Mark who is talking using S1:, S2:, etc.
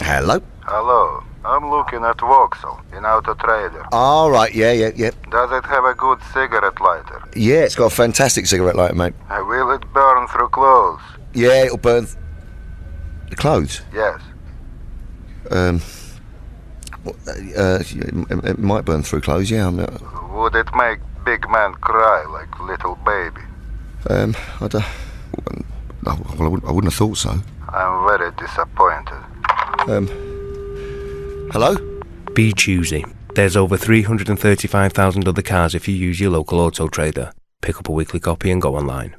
S1: Hello?
S2: Hello. I'm looking at Vauxhall in Auto Trader.
S1: All right, yeah, yeah, yeah.
S2: Does it have a good cigarette lighter?
S1: Yeah, it's got a fantastic cigarette lighter, mate.
S2: Uh, Will it burn through clothes?
S1: Yeah, it'll burn th- the clothes.
S2: Yes.
S1: Um, uh, it it might burn through clothes, yeah. I'm not,
S2: Would it make big man cry like little baby?
S1: um, I don't... Well, I wouldn't, I wouldn't have thought so.
S2: I'm very disappointed.
S1: Um, hello?
S3: Be choosy. There's over 335,000 other cars if you use your local auto trader. Pick up a weekly copy and go online.